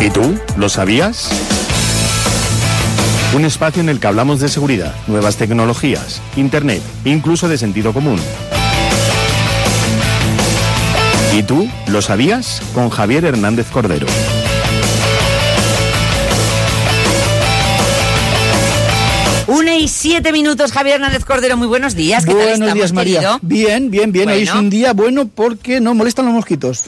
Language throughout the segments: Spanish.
¿Y tú? ¿Lo sabías? Un espacio en el que hablamos de seguridad, nuevas tecnologías, Internet, incluso de sentido común. ¿Y tú? ¿Lo sabías? Con Javier Hernández Cordero. Una y siete minutos, Javier Hernández Cordero, muy buenos días. ¿Qué tal Buenos estamos, días, María. querido? Bien, bien, bien. Hoy es Bueno. un día bueno porque no molestan los mosquitos.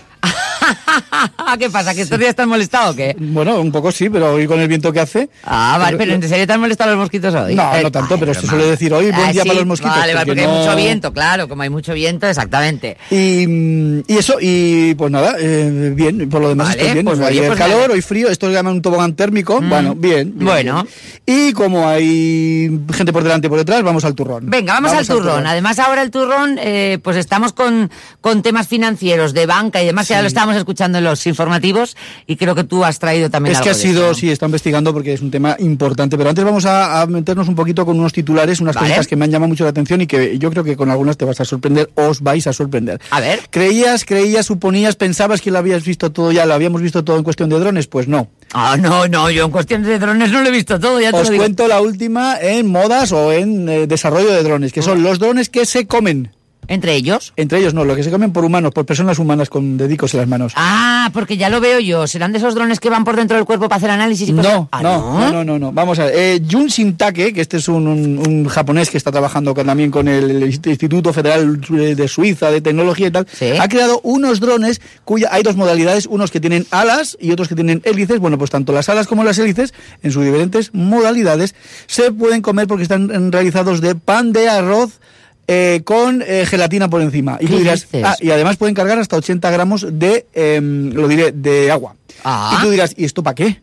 Ah, ¿Qué pasa? ¿Que estos días están molestado o qué? Bueno, un poco sí, pero hoy con el viento que hace. Ah, vale, pero ¿en serio te han molestado los mosquitos hoy? eh, No, Eh, no tanto, ay, pero se broma. suele decir hoy buen Ah, día sí, para los mosquitos. Vale, vale, porque hay no- mucho viento, claro, como hay mucho viento, exactamente. Y, mm, y eso, y pues nada, eh, bien, por lo demás Vale, estoy bien. pues oye, Ayer pues calor, nada. Mm, hoy frío, esto lo llaman un tobogán térmico. Bueno, bien. bien, Bueno. bien. Y como hay gente por delante y por detrás, vamos al turrón. Venga, vamos, al turrón. Además, ahora el turrón, eh, pues estamos con, con temas financieros, de banca y demás, que ya lo estábamos escuchando en los informativos y creo que tú has traído también Es que ha algo de sido, eso, ¿no? sí, está investigando porque es un tema importante. Pero antes vamos a, a meternos un poquito con unos titulares, unas Vale. cositas que me han llamado mucho la atención y que yo creo que con algunas te vas a sorprender, os vais a sorprender. A ver. ¿Creías, creías, suponías, pensabas que lo habías visto todo ya, lo habíamos visto todo en cuestión de drones? Pues no. Ah, no, no, yo en cuestión de drones no lo he visto todo, ya te Os lo digo. cuento la última en modas o en eh, desarrollo de drones, que Mm. son los drones que se comen. ¿Entre ellos? Entre ellos no, lo que se comen por humanos, por personas humanas con dedicos en las manos. Ah, porque ya lo veo yo. ¿Serán de esos drones que van por dentro del cuerpo para hacer análisis y cosas? No, Ah, no, no, no, no, no. Vamos a ver. Eh, Jun Shintake, que este es un, un- un japonés que está trabajando con- también con el Instituto Federal de Suiza de Tecnología y tal, Sí. ha creado unos drones cuya hay dos modalidades, unos que tienen alas y otros que tienen hélices. Bueno, pues tanto las alas como las hélices, en sus diferentes modalidades, se pueden comer porque están eh, realizados de pan de arroz. eh, con eh, gelatina por encima. Y tú ¿Qué dirás, dices? ah, y además pueden cargar hasta 80 gramos de, em, lo diré, de agua. Ah. Y tú dirás, ¿y esto para qué?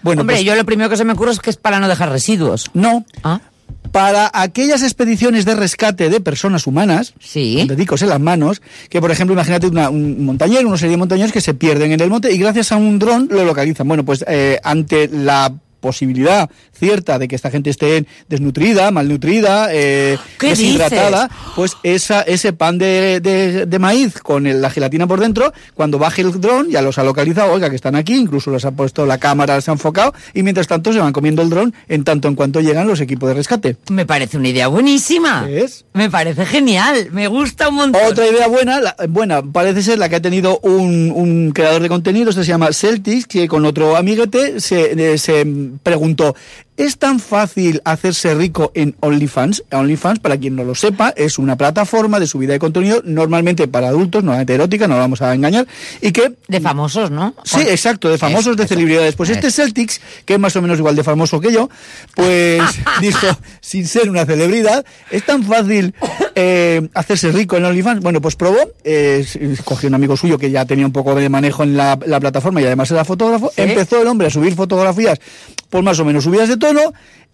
Bueno, Hombre, pues- yo lo primero que se me ocurre es que es para no dejar residuos. no. Ah. Para aquellas expediciones de rescate de personas humanas, Sí. con dedicos en las manos, que por ejemplo, imagínate una- un montañero, una serie de montañeros que se pierden en el monte y gracias a un dron lo localizan. Bueno, pues eh, ante la posibilidad cierta de que esta gente esté desnutrida, malnutrida, eh, ¿Qué deshidratada, dices? pues esa, ese pan de, de- de maíz con el- la gelatina por dentro, cuando baje el dron ya los ha localizado, oiga que están aquí, incluso los ha puesto la cámara, los ha enfocado y mientras tanto se van comiendo el dron en tanto en cuanto llegan los equipos de rescate. Me parece una idea buenísima. ¿Qué es? Me parece genial. Me gusta un montón. Otra idea buena, la- buena, parece ser la que ha tenido un, un creador de contenido, este se llama Celtics, que con otro amiguete se, eh, se preguntó, ¿es tan fácil hacerse rico en OnlyFans? OnlyFans, para quien no lo sepa, es una plataforma de subida de contenido, normalmente para adultos, normalmente erótica, no nos vamos a engañar, y que De famosos, ¿no? Sí, exacto, de famosos, Eso, de eso. celebridades. Pues este Celtics, que es más o menos igual de famoso que yo, pues dijo, sin ser una celebridad, es tan fácil eh, hacerse rico en OnlyFans. Bueno, pues probó, eh, cogió un amigo suyo que ya tenía un poco de manejo en la, la plataforma y además era fotógrafo. Sí. Empezó el hombre a subir fotografías, pues más o menos subidas de tono.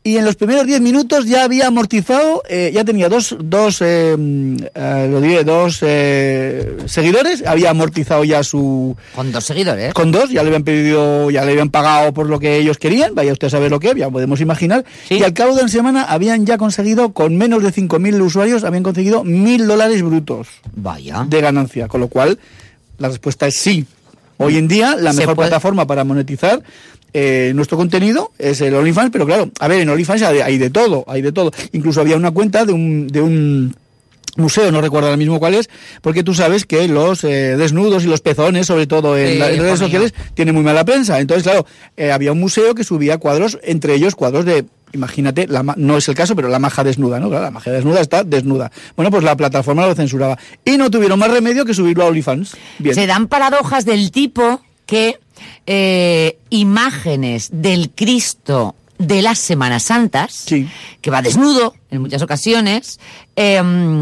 Y en los primeros 10 minutos ya había amortizado, eh, ya tenía dos, dos eh, mm, eh, lo diré, dos eh, seguidores, había amortizado ya su, Con dos seguidores. ¿eh? con dos, ya le habían pedido, ya le habían pagado por lo que ellos querían, vaya usted a saber lo que, ya podemos imaginar. Sí. Y al cabo de una semana habían ya conseguido, con menos de 5.000 usuarios, habían conseguido 1.000 dólares brutos Vaya. de ganancia, con lo cual la respuesta es sí. Hoy en día la Se mejor puede. plataforma para monetizar eh, nuestro contenido es el OnlyFans, pero claro, a ver, en OnlyFans hay, hay de todo, hay de todo. Incluso había una cuenta de un, de un museo, no recuerdo ahora mismo cuál es, porque tú sabes que los eh, desnudos y los pezones, sobre todo en, Sí, las hijo redes mío. sociales, tienen muy mala prensa. Entonces, claro, eh, había un museo que subía cuadros, entre ellos cuadros de, imagínate, la ma- no es el caso, pero la maja desnuda, ¿no? Claro, la maja desnuda está desnuda. Bueno, pues la plataforma lo censuraba. Y no tuvieron más remedio que subirlo a OnlyFans. Bien. Se dan paradojas del tipo que eh, imágenes del Cristo de las Semanas Santas, Sí. que va desnudo en muchas ocasiones, eh,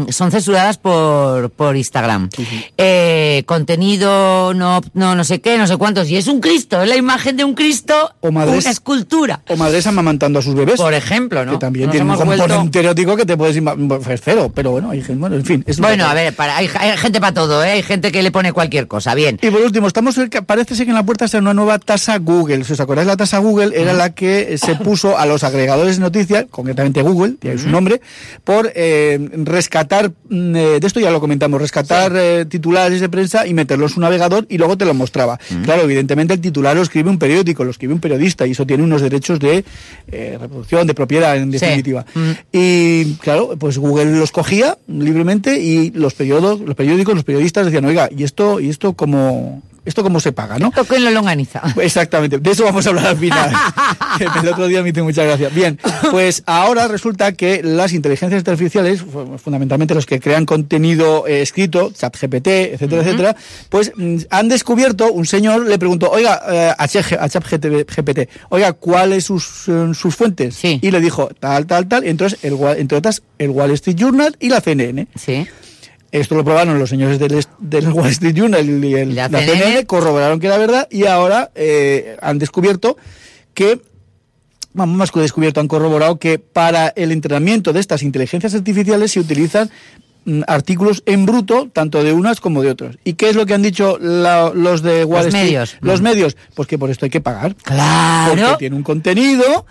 son censuradas por, por Instagram. Eh, contenido no, no, no sé qué, no sé cuántos. Y es un Cristo, es la imagen de un Cristo, O madres- una escultura. O madres amamantando a sus bebés. Por ejemplo, ¿no? Que también Nos tiene un hemos vuelto- componente erótico que te puedes... ima- bueno, Es cero, pero bueno, hay gente- bueno en fin. es una Bueno, cosa. a ver, para, hay, hay gente para todo, ¿eh? hay gente que le pone cualquier cosa. Bien. Y por último, estamos cerca- parece ser que en la puerta está una nueva tasa Google. Si os acordáis, la tasa Google era la que eh, se puso a los agregadores de noticias, concretamente Google, tiene su nombre, nombre, por eh, rescatar, mm, eh, de esto ya lo comentamos, rescatar eh, titulares de prensa y meterlos en su navegador y luego te lo mostraba. Claro, evidentemente el titular lo escribe un periódico, lo escribe un periodista y eso tiene unos derechos de eh, reproducción, de propiedad en Sí. definitiva. Mm. Y claro, pues Google los cogía libremente y los periodos, los periódicos, los periodistas decían, oiga, ¿y esto, y esto cómo, esto cómo se paga, no? Toco en lo longaniza. Exactamente, de eso vamos a hablar al final. Que El otro día me hizo muchas gracias. Bien, pues ahora resulta que las inteligencias artificiales, fu- fundamentalmente los que crean contenido eh, escrito, ChatGPT, etcétera, etcétera, pues mm, han descubierto, un señor le preguntó, oiga, eh, a Che- a ChatGPT, oiga, ¿cuáles sus, eh, sus fuentes? Sí. Y le dijo, tal, tal, tal, entonces, el, Wa- entre otras, el Wall Street Journal y la CNN. Sí. Esto lo probaron los señores del, est- del Wall Street Journal y el- La la, CNN. CNN, corroboraron que era verdad y ahora eh, han descubierto que, vamos, más que descubierto, han corroborado que para el entrenamiento de estas inteligencias artificiales se utilizan mm, artículos en bruto, tanto de unas como de otras. ¿Y qué es lo que han dicho la- los de Los Wall Street? medios. Los Mm. medios. Pues que por esto hay que pagar. Claro. Porque tiene un contenido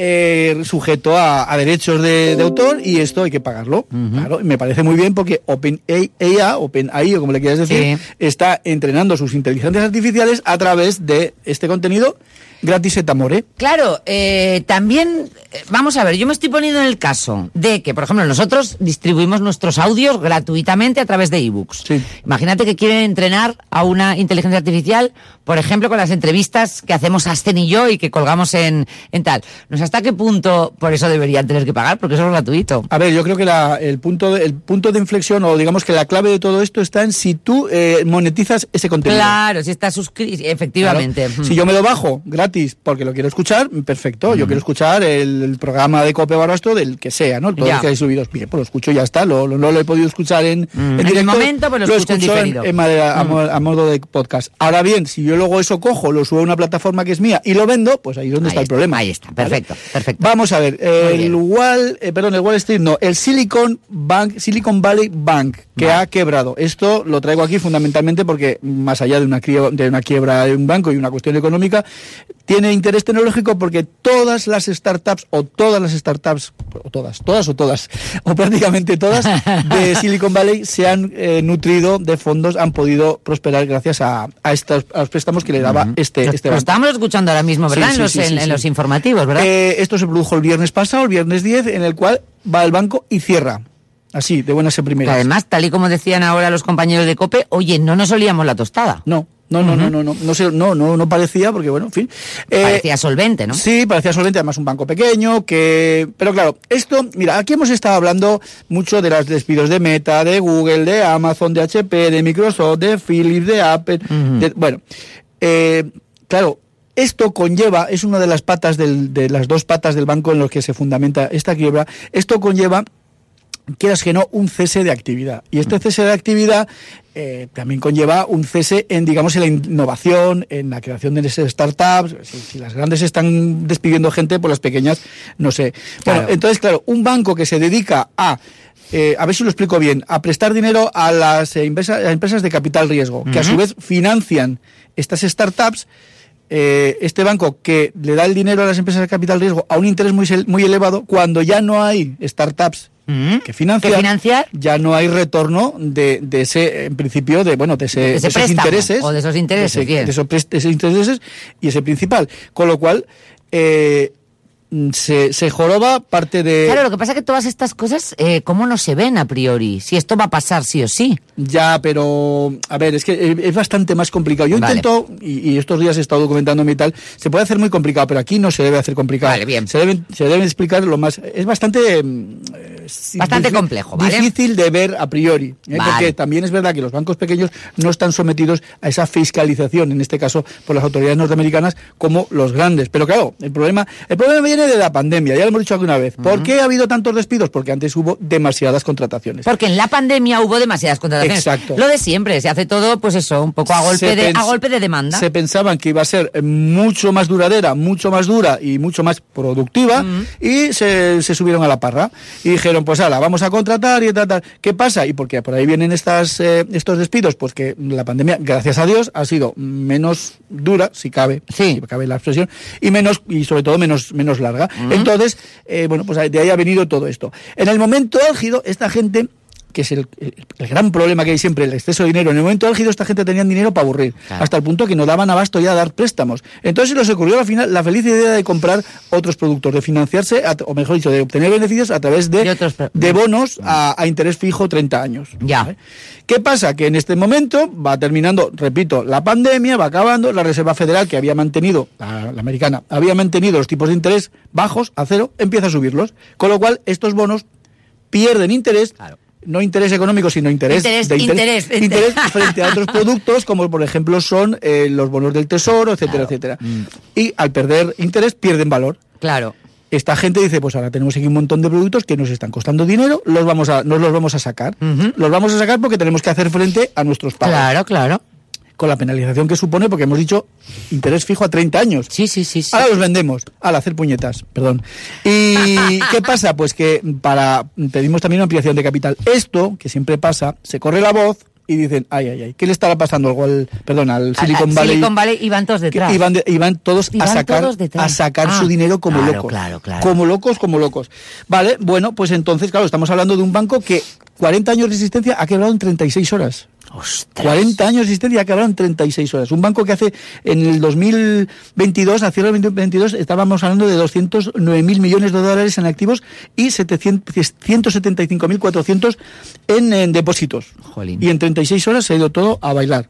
eh, sujeto a, a derechos de, de autor y esto hay que pagarlo. Claro, y me parece muy bien porque OpenAI, OpenAI o como le quieras decir, Sí. está entrenando sus inteligencias artificiales a través de este contenido gratis et amore. Claro, eh, también, eh, vamos a ver, yo me estoy poniendo en el caso de que, por ejemplo, nosotros distribuimos nuestros audios gratuitamente a través de ebooks. Sí. Imagínate que quieren entrenar a una inteligencia artificial, por ejemplo, con las entrevistas que hacemos Asten y yo y que colgamos en, en tal. No sé hasta qué punto por eso deberían tener que pagar, porque eso es gratuito. A ver, yo creo que la- el, punto de, el punto de inflexión o digamos que la clave de todo esto está en si tú eh, monetizas ese contenido. Claro, si está suscrito, Claro. efectivamente. Mm. Si yo me lo bajo gratis porque lo quiero escuchar, perfecto. Yo quiero escuchar el, el programa de Cope Barasto del que sea, ¿no? Todo Ya. el que hay subidos. Bien, pues lo escucho y ya está. Lo, lo- no lo he podido escuchar en, Mm. En el momento, pues lo escucho en diferido. en madera- a, Mm. mo- a modo de podcast. Ahora bien, si yo luego eso cojo, lo subo a una plataforma que es mía y lo vendo, pues ahí es donde Ahí está, el está, problema. ahí está. Perfecto, perfecto. Vamos a ver. eh, Muy bien. El Wall, eh, perdón, el Wall Street no, el Silicon Bank, Silicon Valley Bank, que Vale. ha quebrado. Esto lo traigo aquí fundamentalmente porque más allá de una, crie- de una quiebra de un banco y una cuestión económica, tiene interés tecnológico porque todas las startups o todas las startups, o todas, todas o todas, o prácticamente todas de Silicon Valley se han eh, nutrido de fondos, han podido prosperar gracias a, a estos a los préstamos que le daba este, Lo- este lo banco. estábamos escuchando ahora mismo, ¿verdad? Sí, en sí, los, sí, en- sí, en sí. los informativos, ¿verdad? Eh, esto se produjo el viernes pasado, el viernes 10, en el cual va al banco y cierra. Así, de buenas a Que primeras. además, tal y como decían ahora los compañeros de COPE, oye, no nos olíamos la tostada. No, no, no, no, no, no, no, sé, no, no, no parecía, porque bueno, en fin. Eh, Parecía solvente, ¿no? Sí, parecía solvente, además un banco pequeño, que... Pero claro, esto, mira, aquí hemos estado hablando mucho de los despidos de Meta, de Google, de Amazon, de HP, de Microsoft, de Philips, de Apple, Ujú. de- bueno, eh, claro, esto conlleva, es una de las patas del- de las dos patas del banco en los que se fundamenta esta quiebra, esto conlleva quieras que no, un cese de actividad. Y este cese de actividad eh, también conlleva un cese en, digamos, en la innovación, en la creación de esas startups. Si, si las grandes están despidiendo gente, pues las pequeñas, no sé. Bueno, Claro. entonces, claro, un banco que se dedica a... eh, a ver si lo explico bien, a prestar dinero a las eh, inversa- a empresas de capital riesgo, que a su vez financian estas startups, eh, este banco que le da el dinero a las empresas de capital riesgo a un interés muy, sel- muy elevado, cuando ya no hay startups Mm. que financian, Que financiar ya no hay retorno de, de ese, en principio, de bueno, de, ese- De ese de esos préstamo, intereses. o de esos intereses, De, ese- bien. de esos, pres- de esos intereses y ese principal. Con lo cual, eh, mm, se, se joroba parte de. Claro, lo que pasa es que todas estas cosas, eh, ¿cómo no se ven a priori? Si esto va a pasar sí o sí. Ya, pero a ver, es que eh, es bastante más complicado. Yo Vale. intento, y, y estos días he estado documentándome y tal, se puede hacer muy complicado, pero aquí no se debe hacer complicado. Vale, bien. Se deben, se deben explicar lo más. Es bastante. mm, eh, sí, Bastante difí- complejo, ¿vale? Difícil de ver a priori. ¿eh? Vale. Porque también es verdad que los bancos pequeños no están sometidos a esa fiscalización, en este caso por las autoridades norteamericanas, como los grandes. Pero claro, el problema, el problema viene de la pandemia, ya lo hemos dicho alguna vez. ¿Por qué ha habido tantos despidos? Porque antes hubo demasiadas contrataciones. Porque en la pandemia hubo demasiadas contrataciones Exacto. Lo de siempre, se hace todo, pues eso, un poco a golpe, Se de, a pens- golpe de demanda. Se pensaban que iba a ser eh, mucho más duradera, mucho más dura y mucho más productiva y se, se subieron a la parra. Y dijeron, pues ahora vamos a contratar y tal, tal. ¿Qué pasa? Y porque por ahí vienen estas, eh, estos despidos, pues que la pandemia, gracias a Dios, ha sido menos dura, si cabe, Sí. si cabe la expresión, y menos, y sobre todo menos, menos larga. Entonces, eh, bueno, pues de ahí ha venido todo esto. En el momento álgido, esta gente que es el, el- el gran problema que hay siempre, el exceso de dinero. En el momento álgido esta gente tenía dinero para aburrir, Claro. hasta el punto que no daban abasto ya a dar préstamos. Entonces se les ocurrió al final la feliz idea de comprar otros productos, de financiarse, a tra- o mejor dicho, de obtener beneficios a través de, De otros pro- de bonos a, a interés fijo 30 años. Mm. Ya. ¿vale? ¿Qué pasa? Que en este momento va terminando, repito, la pandemia, va acabando, la Reserva Federal que había mantenido, la, la americana, había mantenido los tipos de interés bajos a cero, empieza a subirlos. Con lo cual, estos bonos pierden interés, Claro. no interés económico, sino interés Interés, de interés, interés, interés. frente a otros productos, como por ejemplo son eh, los bonos del tesoro, Claro. etcétera, etcétera. Mm. Y al perder interés, pierden valor. Claro. Esta gente dice, pues ahora tenemos aquí un montón de productos que nos están costando dinero, los vamos a, nos los vamos a sacar. Ujú. Los vamos a sacar porque tenemos que hacer frente a nuestros pagos. Claro, claro. Con la penalización que supone, porque hemos dicho interés fijo a 30 años. Sí, sí, sí, sí. Ahora los vendemos, al hacer puñetas, perdón. ¿Y qué pasa? Pues que para pedimos también una ampliación de capital. Esto, que siempre pasa, se corre la voz y dicen, ay, ay, ay, ¿qué le estará pasando algo al, perdón, A al la- Silicon Valley? Silicon Valley iban todos Que detrás. iban, de- iban todos Iban a sacar, todos detrás. a sacar Ah, su dinero como claro, locos. claro, claro. Como locos, como locos. Vale, bueno, pues entonces, claro, estamos hablando de un banco que 40 años de existencia ha quebrado en 36 horas. Ostras. 40 años de existencia que acabaron 36 horas. Un banco que hace en el 2022, a cierre del 2022, estábamos hablando de 209 mil millones de dólares en activos y 700 175.400 en, en depósitos. Jolín. Y en 36 horas se ha ido todo a bailar.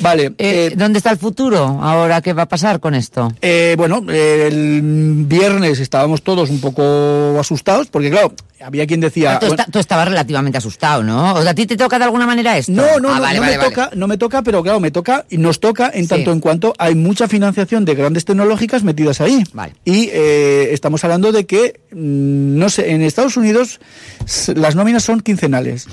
Vale. Eh, eh, ¿Dónde está el futuro ahora? ¿Qué va a pasar con esto? eh, bueno, eh, el viernes estábamos todos un poco asustados porque, claro, había quien decía... tú, bueno, esta- tú estabas relativamente asustado, ¿no? O sea, ¿A ti te toca de alguna manera esto? No, no, Ah, no, vale, vale, no me vale. toca, no me toca, pero claro, me toca y nos toca en Sí. tanto en cuanto hay mucha financiación de grandes tecnológicas metidas ahí. Vale. Y eh, estamos hablando de que, mm, no sé, en Estados Unidos s- las nóminas son quincenales.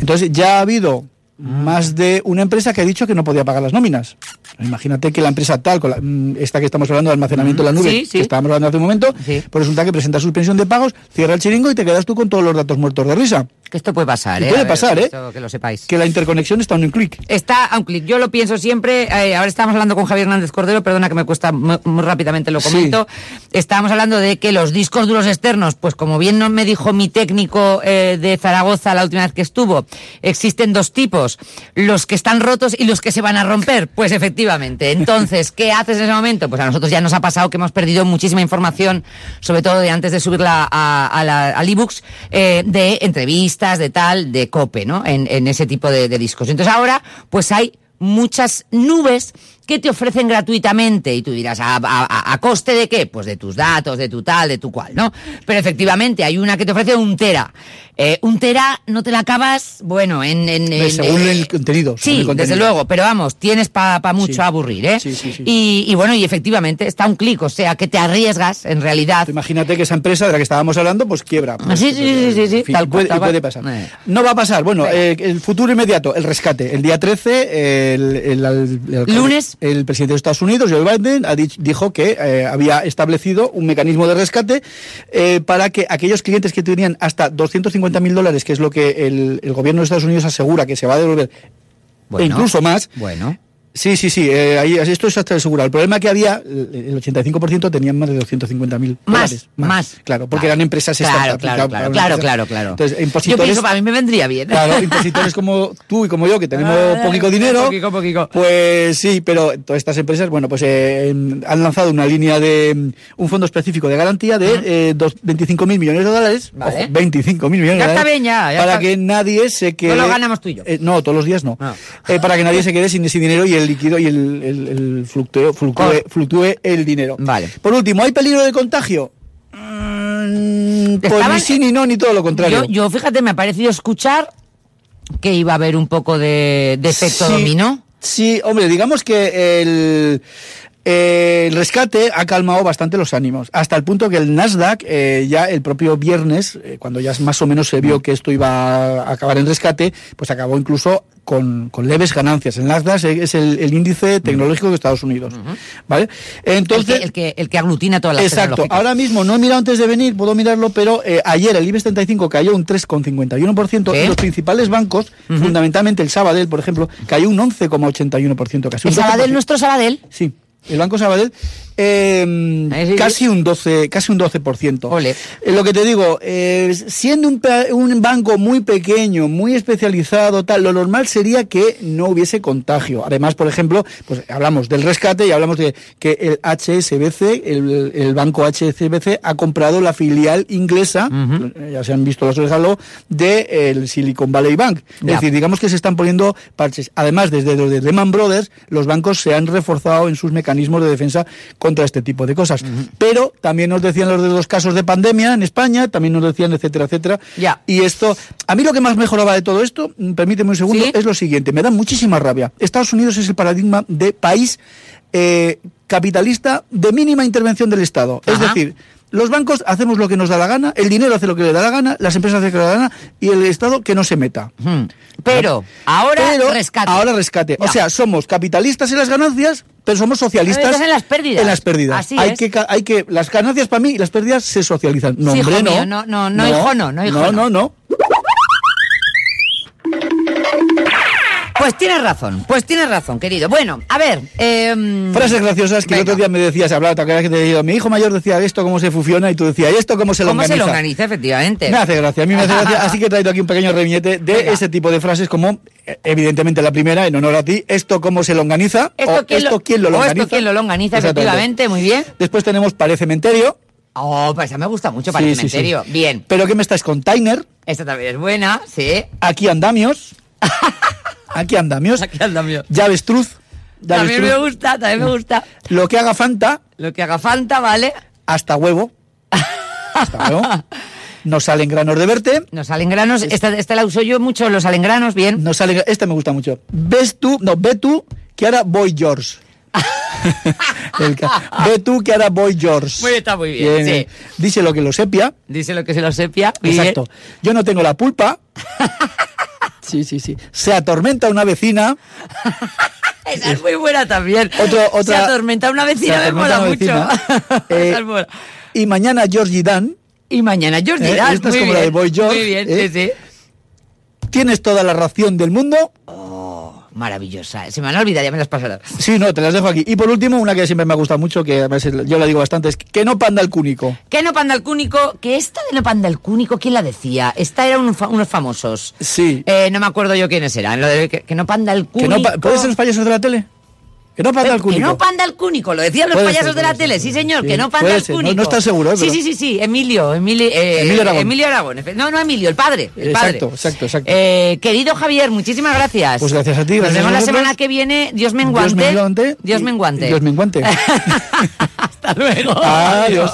Entonces ya ha habido Ah. más de una empresa que ha dicho que no podía pagar las nóminas. Imagínate que la empresa tal, con la- mm, esta que estamos hablando de almacenamiento en la nube, Sí, sí. que estábamos hablando hace un momento, Sí. pues resulta que presenta suspensión de pagos, cierra el chiringo y te quedas tú con todos los datos muertos de risa. Que esto puede pasar, Que ¿eh? puede A ver, pasar, ¿eh? esto que lo sepáis. Que la interconexión está en un clic. Está a un clic. Yo lo pienso siempre. eh, ahora estamos hablando con Javier Hernández Cordero, perdona que me cuesta mu- muy rápidamente lo Sí. comento. Estábamos hablando de que los discos duros externos, pues como bien no me dijo mi técnico eh, de Zaragoza la última vez que estuvo, existen dos tipos: los que están rotos y los que se van a romper. Pues efectivamente. Entonces, ¿qué haces en ese momento? Pues a nosotros ya nos ha pasado que hemos perdido muchísima información, sobre todo de antes de subirla a, a la- al ebooks, eh, de entrevistas, de tal, de cope, ¿no? En, en ese tipo de, de discos. Entonces ahora, pues hay muchas nubes que te ofrecen gratuitamente y tú dirás, ¿a, a- a- a coste de qué? Pues de tus datos, de tu tal, de tu cual, ¿no? Pero efectivamente hay una que te ofrece un tera. Eh, un tera no te la acabas, bueno, en... en- en- según eh, el contenido, según Sí, el desde contenido. luego, pero vamos, tienes para mucho Sí. a aburrir, ¿eh? Sí, sí, sí. Y, y bueno, y efectivamente está un clic, o sea, que te arriesgas en realidad. Tú Imagínate que esa empresa de la que estábamos hablando, pues quiebra. Ah, sí, sí, sí, sí, sí, En fin, tal cual, puede, tal cual. puede pasar. Eh. No va a pasar. Bueno, Venga. eh, el futuro inmediato, el rescate. El día 13, el, el- el- el- Lunes. el presidente de Estados Unidos, Joe Biden, ha dich- dijo que eh, había establecido un mecanismo de rescate eh, para que aquellos clientes que tenían hasta 250 mil dólares, que es lo que el, el gobierno de Estados Unidos asegura que se va a devolver, Bueno. e incluso más, Bueno. Sí, sí, sí, eh, ahí, esto es hasta seguro. El problema que había, eh, el el 85% tenían más de 250.000 Más, dólares. más. Claro, porque Claro. eran empresas Claro, startup, claro, claro, empresas- claro, claro, claro. Entonces, Yo impositores, pienso, para mí me vendría bien. claro, impositores como tú y como yo, que tenemos Ah, poquito dinero, poquico, poquico. pues sí, pero todas estas empresas, bueno, pues eh, han lanzado una línea de mm, un fondo específico de garantía de eh, dos- 25.000 millones de dólares. Vale. Ojo, 25.000 millones Ya está de dólares. bien, ya, ya para está. que nadie se quede... lo ganamos tú y yo. Eh, no, todos los días no. Ah. Eh, para que nadie se quede sin ese dinero y el líquido y el, el- el fluctúe, fluctúe, Cor- fluctúe el dinero. Vale. Por último, ¿hay peligro de contagio? Mm, pues Estaban- ni sí ni no, ni todo lo contrario. Yo, yo, fíjate, me ha parecido escuchar que iba a haber un poco de, de efecto Sí, dominó. Sí, hombre, digamos que el... Eh, el rescate ha calmado bastante los ánimos, hasta el punto que el Nasdaq eh, ya el propio viernes, eh, cuando ya más o menos se Mm. vio que esto iba a acabar en rescate, pues acabó incluso con, con leves ganancias. El Nasdaq es el, el índice tecnológico de Estados Unidos, ¿vale? el, Entonces, que, el que- el que aglutina todas las Exacto. tecnológicas. Ahora mismo no he mirado antes de venir, puedo mirarlo, pero eh, ayer el IBEX 35 cayó un 3,51% Sí. y los principales bancos, fundamentalmente el Sabadell, por ejemplo, cayó un 11,81%, casi un El Sabadell, 12%. nuestro Sabadell. Sí, el Banco Sabadell eh, Ahí sí, casi sí. un 12, casi un 12%. Ole. Eh, lo que te digo, eh, siendo un, pa- un banco muy pequeño, muy especializado, tal, lo normal sería que no hubiese contagio. Además, por ejemplo, pues hablamos del rescate y hablamos de que el HSBC, el, el banco HSBC, ha comprado la filial inglesa, eh, ya se han visto las orejas al lobo, de el Silicon Valley Bank. Ya. Es decir, digamos que se están poniendo parches. Además, desde los de Lehman Brothers, los bancos se han reforzado en sus mecanismos de defensa contra este tipo de cosas. Pero también nos decían los de los casos de pandemia en España, también nos decían, etcétera, etcétera. Ya. Y esto, a mí lo que más mejoraba de todo esto, mm, permíteme un segundo, Sí. es lo siguiente, me da muchísima rabia. Estados Unidos es el paradigma de país eh, capitalista de mínima intervención del Estado. Es Ajá. decir, los bancos hacemos lo que nos da la gana, el dinero hace lo que le da la gana, las empresas hacen lo que le da la gana y el Estado que no se meta. Mm. Pero, ahora Pero rescate. Ahora rescate. O Ya. sea, somos capitalistas en las ganancias, pero somos socialistas Estás en las pérdidas. En las pérdidas. Así hay es. que ca- hay que las ganancias para mí y las pérdidas se socializan. No, Sí, hijo hombre, no. mío, no, no, no, hijo, no, no, hijo, no, no. no, no. Pues tienes razón, pues tienes razón, querido. Bueno, a ver. em, Frases graciosas que el venga. otro día me decías, hablaba, te acuerdas que te decía, mi hijo mayor decía esto cómo se fusiona y tú decías, ¿y esto cómo se lo ¿Cómo organiza? se lo organiza, efectivamente? Me hace gracia, a mí me hace gracia. Así que he traído aquí un pequeño reviñete de Venga. ese tipo de frases como, eh, evidentemente la primera, en honor a ti, esto cómo se lo organiza, o esto quién lo o organiza. esto quién lo longaniza, efectivamente, muy bien. Después tenemos parece cementerio. Oh, pues esa me gusta mucho para el Sí, sí, sí. cementerio. Bien. ¿Pero qué me estás? Container, Esta también es buena, sí. aquí andamios. aquí andamios. Aquí andamios. Llavestruz. También me Llavestruz. gusta, también me gusta. Lo que haga Fanta, Lo que haga falta, ¿vale? hasta huevo. Hasta huevo. No salen granos de verte. Nos salen granos. Esta, esta este, la uso yo mucho, los salen granos, bien. No salen. Este me gusta mucho. Ves tú, no, ve tú que ahora voy George. El ca- ve tú que ahora voy George. Muy bien, está muy bien, sí. Dice lo que lo sepia. Dice lo que se lo sepia. bien. Exacto. Yo no tengo la pulpa. Sí, sí, sí. Se atormenta una vecina. Esa es muy buena también. Otro- otra- Se atormenta una vecina, Se me mola mucho. atormenta una vecina. Eh, Esa es buena. Y mañana Georgie Dan. Y mañana Jordi eh, Dan, esta es muy como la bien. de Boy George, muy bien, eh. sí, sí. Tienes toda la ración del mundo. Maravillosa. Se me han olvidado, ya me las pasarás. Sí, no, te las dejo aquí. Y por último, una que siempre me ha gustado mucho, que además es- yo la digo bastante, es que no panda el cúnico. Que no panda el cúnico, que esta de no panda el cúnico, ¿quién la decía? Esta era un fa- unos famosos. Sí. Eh, no me acuerdo yo quiénes eran. Lo de que, que no panda el Que cúnico. Eh, no pa- ¿Pueden ser los payasos de la tele? Que no panda el Que cúnico. no panda el cúnico, lo decían los Puede payasos ser, de la puede ser, tele, sí puede señor, ser. que no panda Puede el ser, no- cúnico. no estás seguro, ¿eh? Sí, Pero- sí, sí, sí, Emilio, Emilio, eh, Emilio Aragón. Emilio Aragón, efe- No, no Emilio, el padre, el Exacto, padre. exacto, exacto. Eh, querido Javier, muchísimas gracias. Pues gracias a ti, Nos gracias vemos a la vosotros. semana que viene, Dios me enguante. Dios me enguante. Dios me Y- enguante. Dios me enguante. Hasta luego. Adiós.